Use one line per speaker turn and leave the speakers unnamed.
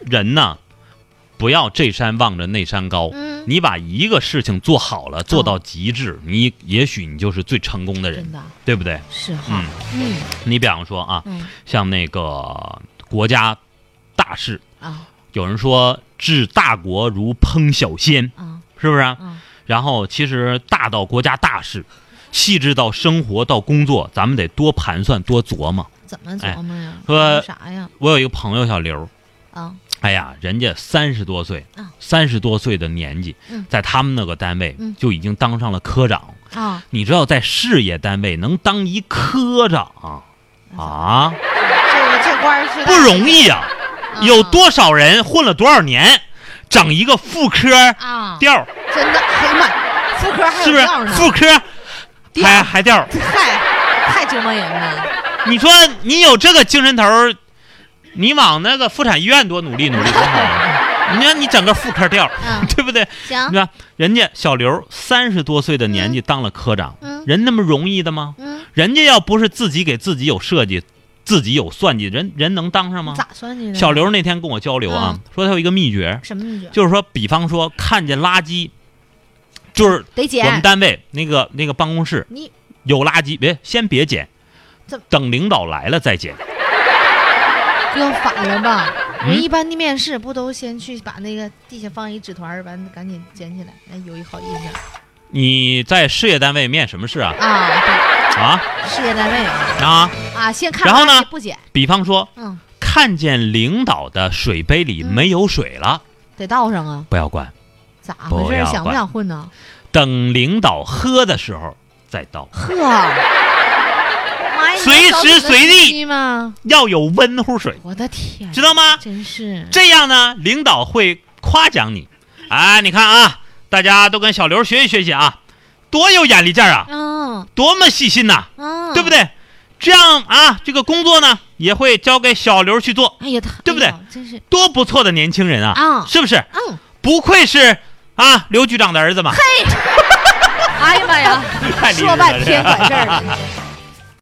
人呐，不要这山望着那山高。
嗯，
你把一个事情做好了，做到极致，你也许你就是最成功的人，
真的啊
对不对？
是哈，嗯
你比方说啊，
嗯
像那个国家大事，
啊
有人说治大国如烹小鲜，
啊
是不是啊？
啊，
然后其实大到国家大事，细致到生活到工作，咱们得多盘算多琢磨。
怎么琢磨呀？
哎说
啥呀？
我有一个朋友小刘，
啊，
哎呀，人家三十多岁
啊，
三十多岁的年纪
嗯，
在他们那个单位
嗯
就已经当上了科长。
啊
你知道，在事业单位能当一科长啊，
这个这官儿是
不容易呀、
啊
有多少人混了多少年，整一个副科
啊，
调儿，
真的，哎呀妈，妇科还
是
有
不是
调呢？？
副科
调
还还调儿，
嗨，太折磨人了。
你说你有这个精神头儿，你往那个妇产医院多努力努力多好啊！你看你整个妇科调儿，
嗯，
对不对？你
行，
看人家小刘三十多岁的年纪当了科长，
嗯
人那么容易的吗？
嗯，
人家要不是自己给自己有设计，自己有算计，人人能当上吗？
咋算计的？嗯
小刘那天跟我交流啊，说他有一个秘诀，
什么秘诀？
就是说，比方说看见垃圾，就是
得捡
我。们单位那个那个办公室
你
有垃圾，别先别捡
怎么，
等领导来了再捡。
哥反了吧？
嗯
人一般的面试不都先去把那个地下放一纸团儿，完赶紧捡起来，那有一好印象
你在事业单位面什么试啊？
啊。
啊
对，事业单位啊，
啊！
啊先看
然后呢
垃圾不捡，
比方说，
嗯，
看见领导的水杯里
嗯
没有水了，
得倒上啊，
不要管，
咋
不
回事儿？
要
想不
管
想混呢？
等领导喝的时候再倒，
呵，妈呀，你
随
能找
时
准
随
时
地
机吗？
要有温乎水，
我的天，
知道吗？
真是
这样呢，领导会夸奖你。哎，你看啊，大家都跟小刘学习学习啊，多有眼力见儿啊，
嗯
多么细心呐、
嗯，
对不
对？
对？这样啊，这个工作呢也会交给小刘去做，
哎呀，他
对不对？
哎呦真是
多不错的年轻人啊，
啊，
是不是？
嗯，
不愧是啊刘局长的儿子嘛，
哎呀妈呀，
太厉害
说
了
半天管事
这
儿了。